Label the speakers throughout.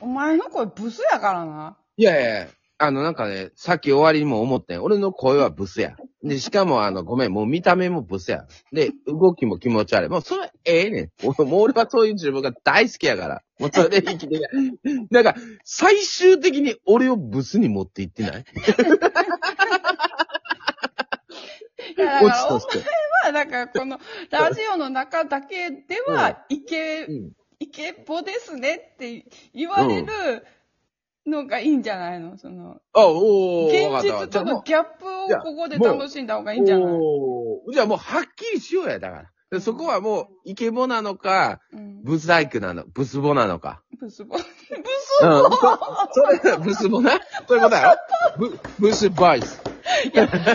Speaker 1: お前の声ブスやからな。
Speaker 2: いやいやいや、あのなんかね、さっき終わりにも思ったよ。俺の声はブスや。で、しかもあの、ごめん、もう見た目もブスや。で、動きも気持ち悪い。もうそれ、ええねん。 もうもう俺はそういう自分が大好きやから。もうそれで生きてる。 なんか、最終的に俺をブスに持っていってない
Speaker 1: いやだか
Speaker 2: 落
Speaker 1: ら、お
Speaker 2: ちと
Speaker 1: 前
Speaker 2: して。
Speaker 1: は、だから、この、ラジオの中だけでは、いけ
Speaker 2: う、ん
Speaker 1: いけっぽですねって言われるのがいいんじゃないのその、
Speaker 2: あ、おー、わ
Speaker 1: 現
Speaker 2: かったわ
Speaker 1: 実とのギャップをここで楽しんだ方がいいんじゃない
Speaker 2: おーじゃあもうはっきりしようや、だから。でそこはもう、イケボなのか、
Speaker 1: うん。
Speaker 2: ブサイクなの、ブスボなのか。
Speaker 1: ブス ボ。ブ
Speaker 2: う
Speaker 1: ス
Speaker 2: ん。そそれ、ブスボなそういうことやろブ、ブスボイス。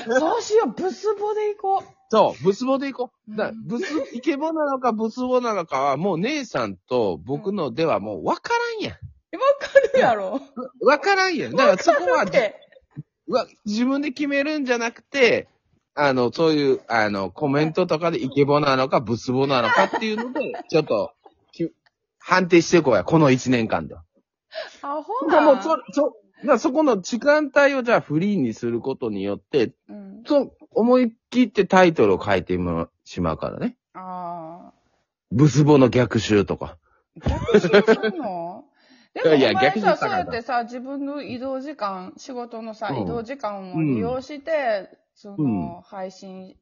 Speaker 1: そうしよう、ブスボでいこ
Speaker 2: そう、ブスボでいこう。だから
Speaker 1: うん
Speaker 2: ブス、イケボなのか、ブスボなのかは、もう姉さんと僕のではもうわからんや
Speaker 1: う。わかるやろ。
Speaker 2: ん。わからんやん。だからそこは、
Speaker 1: で、
Speaker 2: うわ、自分で決めるんじゃなくて、あの、そういう、あの、コメントとかでイケボなのか、ブスボなのかっていうので、ちょっと、き判定していこうや、この一年間では。
Speaker 1: アホ
Speaker 2: だか
Speaker 1: な
Speaker 2: らもう、そ、そ、だからそこの時間帯をじゃあフリーにすることによって、
Speaker 1: うん。
Speaker 2: そう、思い切ってタイトルを変えてもしまうからね。
Speaker 1: あ
Speaker 2: ブスボの逆襲とか。
Speaker 1: あ。逆襲すん のでも、
Speaker 2: いや
Speaker 1: お前
Speaker 2: 逆襲した
Speaker 1: さ、そ
Speaker 2: か
Speaker 1: う
Speaker 2: ら
Speaker 1: や
Speaker 2: な
Speaker 1: ってさ、自分の移動時間、仕事のさ、
Speaker 2: うん
Speaker 1: 移動時間を利用して、その、配信、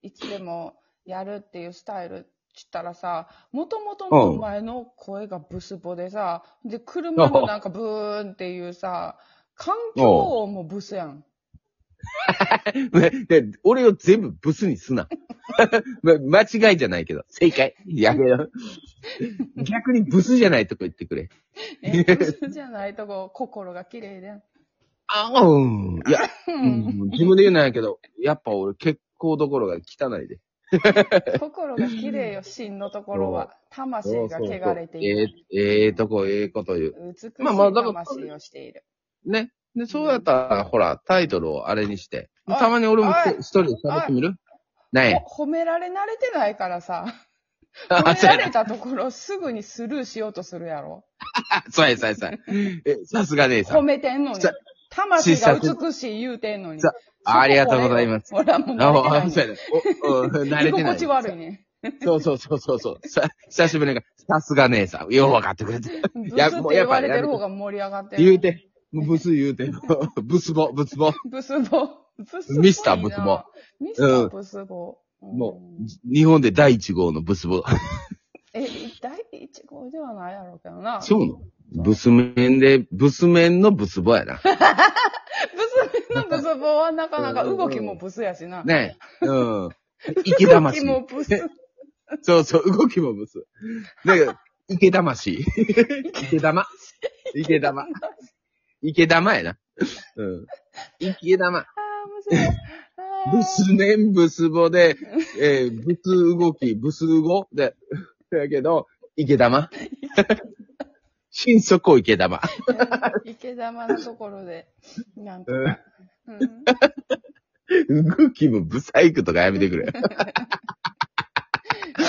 Speaker 1: いつでもやるっていうスタイルちったらさ、もともとのお前の声がブスボでさ、で、車のなんかブーンっていうさ、環境音もブスやん。
Speaker 2: ねで、俺を全部ブスにすな。 ま間違いじゃないけど、正解。やめろ。逆にブスじゃないとこ言ってくれ。
Speaker 1: え、ブスじゃないとこ、心が綺麗で。
Speaker 2: あうん。いや、
Speaker 1: う。
Speaker 2: うんん、自分で言うなんやけど、やっぱ俺結構どころが汚いで。
Speaker 1: 心が綺麗よ、芯のところ は。魂が汚れてい
Speaker 2: え
Speaker 1: る。
Speaker 2: えええとこ、ええこと言う。
Speaker 1: 美しい
Speaker 2: まあまあだから
Speaker 1: 魂をしている。
Speaker 2: ね。で、そうやったら、ほら、タイトルをあれにして。
Speaker 1: おい
Speaker 2: たまに俺も
Speaker 1: おい
Speaker 2: 一人で喋ってみるない。
Speaker 1: ほ褒められ慣れてないからさ、褒
Speaker 2: あ、
Speaker 1: め
Speaker 2: そう
Speaker 1: ら
Speaker 2: やな
Speaker 1: れたところすぐにスルーしようとするやろ。
Speaker 2: あそうや、そうや、そうや。え、さすが姉さ
Speaker 1: 褒
Speaker 2: ん。
Speaker 1: めてんのに
Speaker 2: さ。
Speaker 1: 魂が美しい言うてんのに。
Speaker 2: さありがとうございます
Speaker 1: そこ俺ほら、
Speaker 2: あ、
Speaker 1: もう慣れて
Speaker 2: そうやね。お、お、慣
Speaker 1: ない。
Speaker 2: れ
Speaker 1: 居
Speaker 2: てない。
Speaker 1: 心地悪いね。
Speaker 2: そうそうそうそうそう。さ、久しぶりに、さすが姉さん。よう分かってくれて。
Speaker 1: ブスっ
Speaker 2: いや
Speaker 1: て
Speaker 2: もう
Speaker 1: 言
Speaker 2: やっぱ
Speaker 1: われてる方が盛り上がってる。
Speaker 2: 言うて、もうブス言うて、ブスボ、ブスボ。
Speaker 1: ブスボ。ブスボいいな
Speaker 2: ミスターブスボ。
Speaker 1: ミスターブスボ。
Speaker 2: も
Speaker 1: うん
Speaker 2: う、日本で第一号のブスボ。
Speaker 1: え、第一号ではないやろうけどな。
Speaker 2: そうなのブス面で、ブス面のブスボやな。
Speaker 1: ブスのブスボはなかなか動きもブスやしな。
Speaker 2: ねえ。うん。池
Speaker 1: 動き
Speaker 2: 魂。
Speaker 1: もブス。
Speaker 2: そうそう、動きもブス。だけど、池 魂。池玉。池玉。池玉やな。うん。池玉。
Speaker 1: ああ、面白い。あー
Speaker 2: ブス 面、ブスボで、えー、ブス動き、ブス語で、だけど、池玉。心底池玉。
Speaker 1: 池玉のところで、なんと
Speaker 2: う
Speaker 1: か
Speaker 2: ん。
Speaker 1: うん
Speaker 2: 動きもブサイクとかやめてくれ。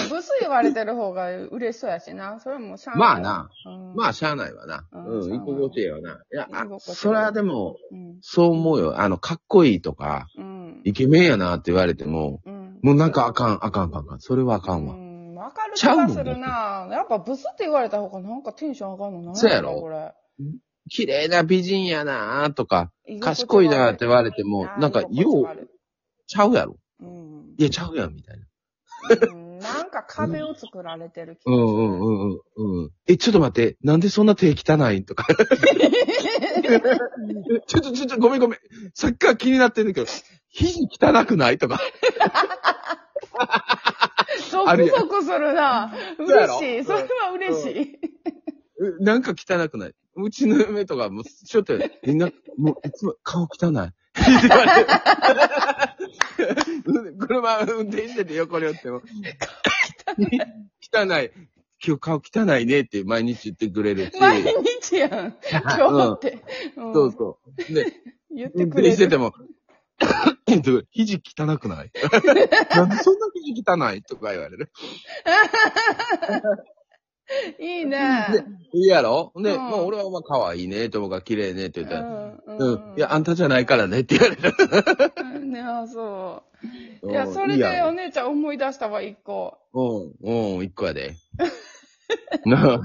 Speaker 1: ブス言われてる方が嬉しそうやしな。それはもうしゃあ
Speaker 2: まあ
Speaker 1: い。
Speaker 2: な。
Speaker 1: うん
Speaker 2: まあ、しゃあないわな。
Speaker 1: うん
Speaker 2: うん、居心地ええわな。いや、あ
Speaker 1: 居心地ええ
Speaker 2: それはでも、
Speaker 1: うん。
Speaker 2: そう思うよ。あの、かっこいいとか、
Speaker 1: うん。
Speaker 2: イケメンやなって言われても、
Speaker 1: うん。
Speaker 2: もうなんかあかん、あかん、あかんあかん。それはあか
Speaker 1: うん
Speaker 2: わ。
Speaker 1: ん。わかる気がするな。やっぱブスって言われた方がなんかテンション上がるのなん
Speaker 2: そうや
Speaker 1: ろ
Speaker 2: ろ
Speaker 1: これ。
Speaker 2: 綺麗な美人やなとか、
Speaker 1: 居心地悪
Speaker 2: 賢いなって言われても、
Speaker 1: あー
Speaker 2: なんか、
Speaker 1: 居心地
Speaker 2: よう、
Speaker 1: 悪い
Speaker 2: ちゃうやろ。
Speaker 1: うん。
Speaker 2: いや、ちゃうやん、みたいな。
Speaker 1: うんなんか壁を作られてる気
Speaker 2: うんうん
Speaker 1: ん。
Speaker 2: うんうんうん。え、ちょっと待って、なんでそんな手汚い とか。ちょっとちょっとごめんごめん。サッカー気になってんだけど、肘汚くないとか。
Speaker 1: ゾ
Speaker 2: ある
Speaker 1: ク
Speaker 2: やん
Speaker 1: ゾクするな。
Speaker 2: うやろ
Speaker 1: 嬉しい。それは嬉しい。
Speaker 2: うなんか汚くないうちの嫁とかも、ちょっと、みんな、もう、いつも顔汚い。って言われて うん車運転してて横におっても。汚い。今日顔汚いねって毎日言ってくれるし。
Speaker 1: 毎日やん。今日って。うん
Speaker 2: そうそう。で、
Speaker 1: 言って
Speaker 2: 運
Speaker 1: く
Speaker 2: 転
Speaker 1: れ
Speaker 2: してて
Speaker 1: る。
Speaker 2: も、 肘汚く ないなんでそんな肘汚いとか言われる。
Speaker 1: いいね。
Speaker 2: いいやろで、
Speaker 1: うん
Speaker 2: まあ俺はまあ可愛いねとか綺麗ねって言ったら、
Speaker 1: う
Speaker 2: うん、いや、あんたじゃないからねって言われた。
Speaker 1: うんね、あ、そう。いや、
Speaker 2: うん
Speaker 1: それ
Speaker 2: いいや
Speaker 1: で
Speaker 2: ろ
Speaker 1: お姉ちゃん思い出したわ、一個。
Speaker 2: うん、うん、一個や で。な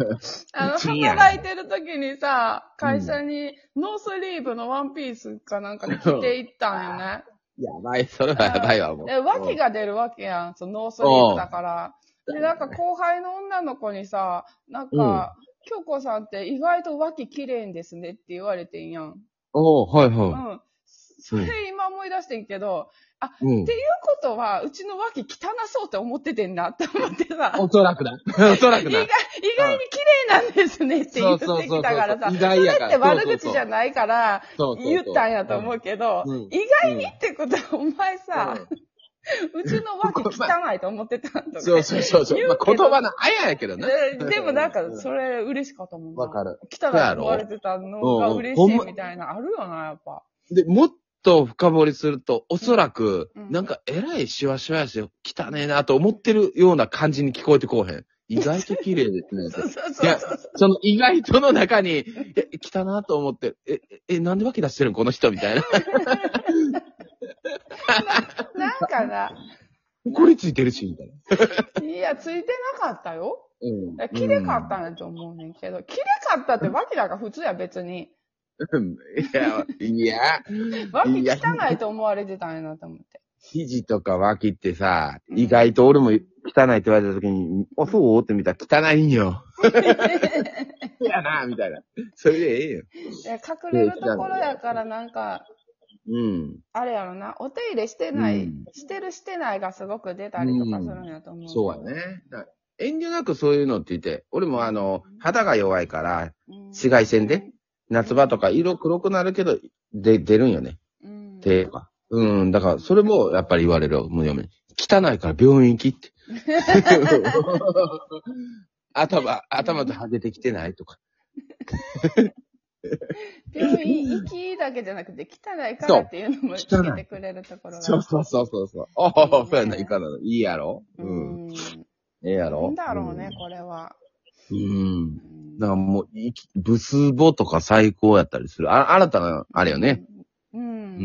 Speaker 1: あの、
Speaker 2: うちやん
Speaker 1: 働いてる時にさ、会社にノースリーブのワンピースかなんかで着ていったんよね。
Speaker 2: やばい、それはやばいわ、もう。
Speaker 1: え、脇が出るわけやん、そのノースリーブだから。で、なんか後輩の女の子にさ、なんか、京子さんって意外と脇綺麗んですねって言われてんやん。
Speaker 2: おうはいは
Speaker 1: うん。それ今思い出してんけど、
Speaker 2: い。うん
Speaker 1: っていうことは、うちの脇汚そうって思っててんなって思ってさ、
Speaker 2: おそらくな。 おそら
Speaker 1: 意
Speaker 2: く
Speaker 1: 外、
Speaker 2: な
Speaker 1: 意。外に綺麗なんですねって言って
Speaker 2: そうそう
Speaker 1: き
Speaker 2: そう
Speaker 1: たからさ、
Speaker 2: そ
Speaker 1: そ
Speaker 2: う意外
Speaker 1: れ
Speaker 2: や
Speaker 1: っ
Speaker 2: から
Speaker 1: て悪口じゃないから、
Speaker 2: そうそうそう
Speaker 1: 言ったんやと思うけど、
Speaker 2: うん
Speaker 1: 意外にってことは、お前さ、うちの脇汚いと思ってたんとか。
Speaker 2: そうそうそうそう。まあ、言葉のあややけどな。
Speaker 1: ででもなん
Speaker 2: う
Speaker 1: か、
Speaker 2: ん
Speaker 1: それ嬉しかったもんな。
Speaker 2: わかる。
Speaker 1: 汚いと思われてたのが嬉
Speaker 2: そうやろ
Speaker 1: し
Speaker 2: うんうんほんま
Speaker 1: いみたいな、あるよな、やっぱ。
Speaker 2: で、もっと深掘りすると、おそらく、
Speaker 1: うん
Speaker 2: なんか、えらいシワシワやし、汚ねえなと思ってるような感じに聞こえてこうへん。意外と綺麗ですねって
Speaker 1: そ。うそう
Speaker 2: い
Speaker 1: そう
Speaker 2: や
Speaker 1: そう。
Speaker 2: その意外との中に、 え、汚なと思ってる。え、え、なんでわけ出してるんこの人みたいな。
Speaker 1: なんかな、
Speaker 2: これついてるし、みたいな。
Speaker 1: いや、ついてなかったよ。
Speaker 2: うん
Speaker 1: だから綺麗かったんやと思うねんけど、綺麗かったって脇なんか普通や別に。
Speaker 2: うんいや、いや、
Speaker 1: 脇
Speaker 2: いや
Speaker 1: 汚いと思われてたんやなと思って。
Speaker 2: 肘とか脇ってさ、
Speaker 1: うん
Speaker 2: 意外と俺も汚いって言われた時に、あ、そうって見たら汚い んよ。そうやな、みたいな。それでええよ。
Speaker 1: いや隠れるところやからなんか、
Speaker 2: うん。
Speaker 1: あれやろな、お手入れしてない、
Speaker 2: うん
Speaker 1: してるしてないがすごく出たりとかするんやと思う。
Speaker 2: そうやね。だから遠慮なくそういうのって言って、俺もあの、肌が弱いから、
Speaker 1: うん。
Speaker 2: 紫外線で夏場とか色黒くなるけど、で、出るんよね。
Speaker 1: うん。
Speaker 2: っていうか。うん、だから、それも、やっぱり言われる、もう嫁に。汚いから病院行 きって。頭、頭とハゲてきてないとか。
Speaker 1: 病院行きだけじゃなくて、汚いからっていうのも
Speaker 2: そう
Speaker 1: つけてくれるところが。
Speaker 2: そうそうそうそう そう。ああ、
Speaker 1: いいね
Speaker 2: そうやな、いかなの。いいやろ
Speaker 1: う
Speaker 2: うん。
Speaker 1: ん。
Speaker 2: ええや
Speaker 1: な
Speaker 2: ろ
Speaker 1: んだろうね、これは。
Speaker 2: うん。うん。
Speaker 1: うん
Speaker 2: だからもう、いき、ブスボとか最高やったりする。あ、新たな、あれよね。。
Speaker 1: う。
Speaker 2: うん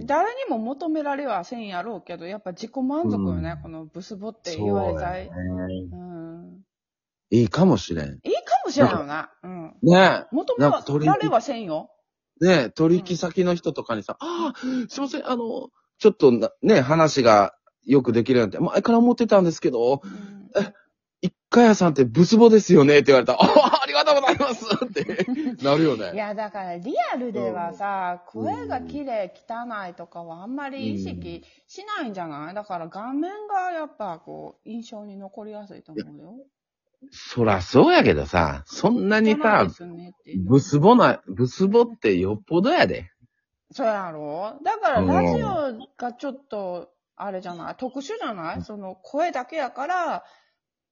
Speaker 2: ん。
Speaker 1: 誰にも求められはせんやろうけど、やっぱ自己満足よね、このブスボって言われ
Speaker 2: そうや
Speaker 1: た
Speaker 2: ね
Speaker 1: い。。うん。
Speaker 2: いいかもしれん。
Speaker 1: いいかもしれないよな。うん。
Speaker 2: ね
Speaker 1: 求め
Speaker 2: なん
Speaker 1: ら
Speaker 2: か取り
Speaker 1: れはせんよ。
Speaker 2: え、ねえ、取引先の人とかにさ、ああ、すいません、あの、ちょっとな、ねえ、話がよくできるなんて、前から思ってたんですけど、
Speaker 1: うん
Speaker 2: 一家屋さんってブスボですよねって言われたら、 ああ、ありがとうございます って、なるよ
Speaker 1: い
Speaker 2: ね。
Speaker 1: や、だからリアルではさ、
Speaker 2: うん
Speaker 1: 声が綺麗、汚いとかはあんまり意識しないんじゃないだから画面がやっぱこう、印象に残りやすいと思うよ。
Speaker 2: そらそうやけどさ、そんな
Speaker 1: 汚
Speaker 2: に
Speaker 1: い
Speaker 2: さ
Speaker 1: で、すねっていうの
Speaker 2: ブスボな、ブスボってよっぽどやで。
Speaker 1: そうやろだからラジオがちょっと、あれじゃない特殊じゃないその声だけやから、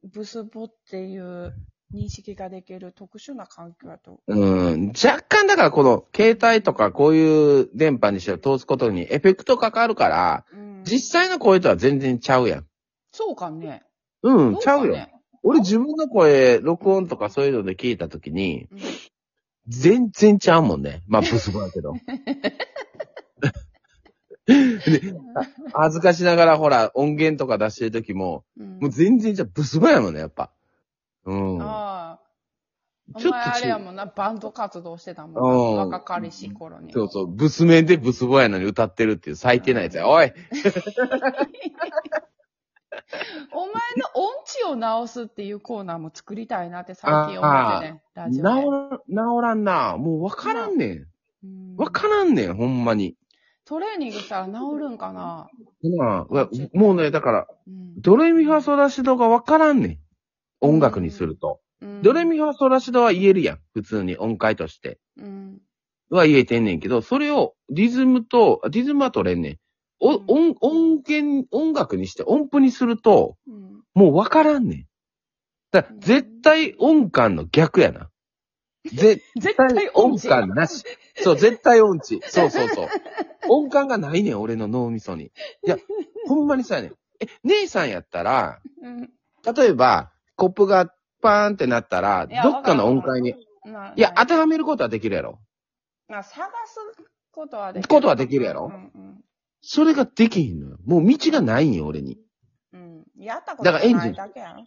Speaker 1: ブスボっていう認識ができる特殊な環境やと。
Speaker 2: うん、若干だからこの、携帯とかこういう電波にして通すことにエフェクトかかるから、
Speaker 1: うん、
Speaker 2: 実際の声とは全然ちゃうやん。
Speaker 1: そうかね。
Speaker 2: う
Speaker 1: ど
Speaker 2: ん、
Speaker 1: か
Speaker 2: ちゃうよ。
Speaker 1: ね
Speaker 2: 俺自分の声、録音とかそういうので聞いたときに、
Speaker 1: うん
Speaker 2: 全然ちゃうもんね。まあ、ブスボやけど。であ恥ずかしながら、ほら、音源とか出してるときも、
Speaker 1: うん
Speaker 2: もう全然じゃブスボやもんね、やっぱ。うん。
Speaker 1: ああ。お
Speaker 2: ちょっと
Speaker 1: 前あれやもんな、バンド活動してたもんな。
Speaker 2: うん
Speaker 1: 若かりし頃に。
Speaker 2: そうそう、ブス面でブスボやのに歌ってるっていう最低なやつや。おい
Speaker 1: お前の音痴を直すっていうコーナーも作りたいなって最近思ってね、ラジオで。
Speaker 2: 治ら、治らんな。もうわからんねん。
Speaker 1: うん
Speaker 2: わからんねん、ほんまに。
Speaker 1: トレーニングしたら治るんかな、
Speaker 2: なあ、わもうね、だから、
Speaker 1: うん
Speaker 2: ドレミファソラシドがわからんねん。音楽にすると。
Speaker 1: うん
Speaker 2: ドレミファソラシドは言えるやん。普通に音階として。
Speaker 1: うん。
Speaker 2: は言えてんねんけど、それをリズムと、リズムは取れんねん。お、音、音源、音楽にして音符にすると、
Speaker 1: うん。
Speaker 2: もうわからんねん。だから絶対音感の逆やな。絶
Speaker 1: 絶
Speaker 2: 対
Speaker 1: 対
Speaker 2: 音
Speaker 1: 音痴。
Speaker 2: 感なし。そう、絶対音痴。そうそうそう。音感がないねん、俺の脳みそに。いや、ほんまにさねん。え、姉さんやったら、
Speaker 1: うん。
Speaker 2: 例えば、コップがパーンってなったら、
Speaker 1: いや
Speaker 2: どっかの音階に、
Speaker 1: ない
Speaker 2: や、
Speaker 1: な
Speaker 2: 当てはめることはできるやろ。
Speaker 1: まあ、探すことはできる。
Speaker 2: ことはできるやろ
Speaker 1: うん
Speaker 2: それができひんのよ。もう道がないんよ、俺に。
Speaker 1: うん。うん。やったこと
Speaker 2: だ
Speaker 1: な
Speaker 2: からエンジン
Speaker 1: いだけやん。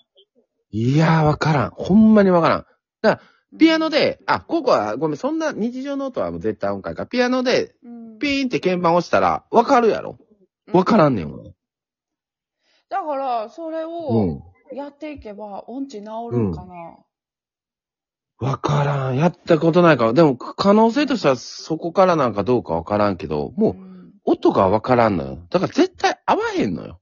Speaker 2: いやー、わからん。ほんまにわからん。ピアノで、あ、ここは、ごめん、そんな日常の音はもう絶対音階か。ピアノで、
Speaker 1: うん、
Speaker 2: ピーンって鍵盤押したら、わかるやろ。わからんねん、俺。
Speaker 1: だから、それ
Speaker 2: う
Speaker 1: を
Speaker 2: ん。
Speaker 1: やっていけば音痴治るんかな。
Speaker 2: わからん。やったことないから。でも、可能性としてはそこからなんかどうかわからんけど、もう、
Speaker 1: ん。
Speaker 2: 音がわからんのよ。だから絶対合わへんのよ。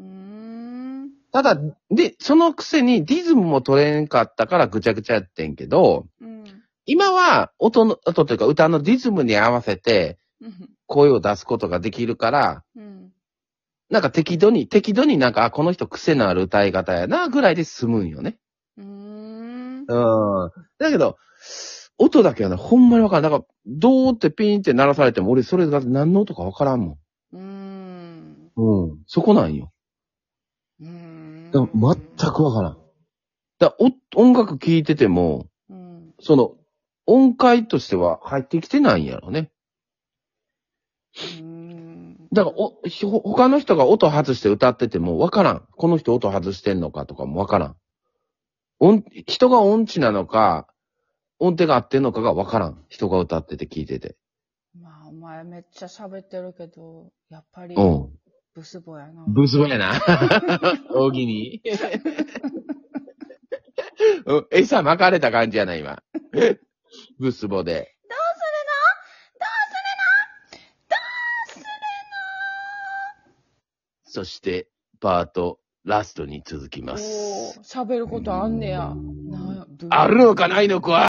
Speaker 1: うーん。
Speaker 2: ただ、で、そのくせにリズムも取れんかったからぐちゃぐちゃやってんけど、
Speaker 1: うん。
Speaker 2: 今は音の、音というか歌のリズムに合わせて
Speaker 1: うん
Speaker 2: 声を出すことができるから、
Speaker 1: うん。
Speaker 2: なんか適度に、適度になんか、あ、この人癖のある歌い方やな、ぐらいで済むんよね。
Speaker 1: うーん。
Speaker 2: うん。だけど、音だけはね、ほんまにわからん。なんか、ドーってピンって鳴らされても、俺それが何の音かわからんも
Speaker 1: うーん。
Speaker 2: ん。うん。そこなんよ。
Speaker 1: うーん
Speaker 2: だから全くわからん。だからお音楽聴いてても、
Speaker 1: うん。
Speaker 2: その、音階としては入ってきてないんやろね。
Speaker 1: うん。
Speaker 2: だからお、ひほ他の人が音外して歌っててもわからん。この人音外してんのかとかもわからん。音、人が音痴なのか、音程が合ってんのかがわからん。人が歌ってて聞いてて。
Speaker 1: まあ、お前めっちゃ喋ってるけど、やっぱり、
Speaker 2: うん。
Speaker 1: ブスボやな。
Speaker 2: ブスボやな。 大喜利。 うん餌巻かれた感じやな、今。 ブスボで。そして、パート、ラストに続きま
Speaker 1: お
Speaker 2: す。
Speaker 1: ー喋ることあんねや。な
Speaker 2: あるのかないのかは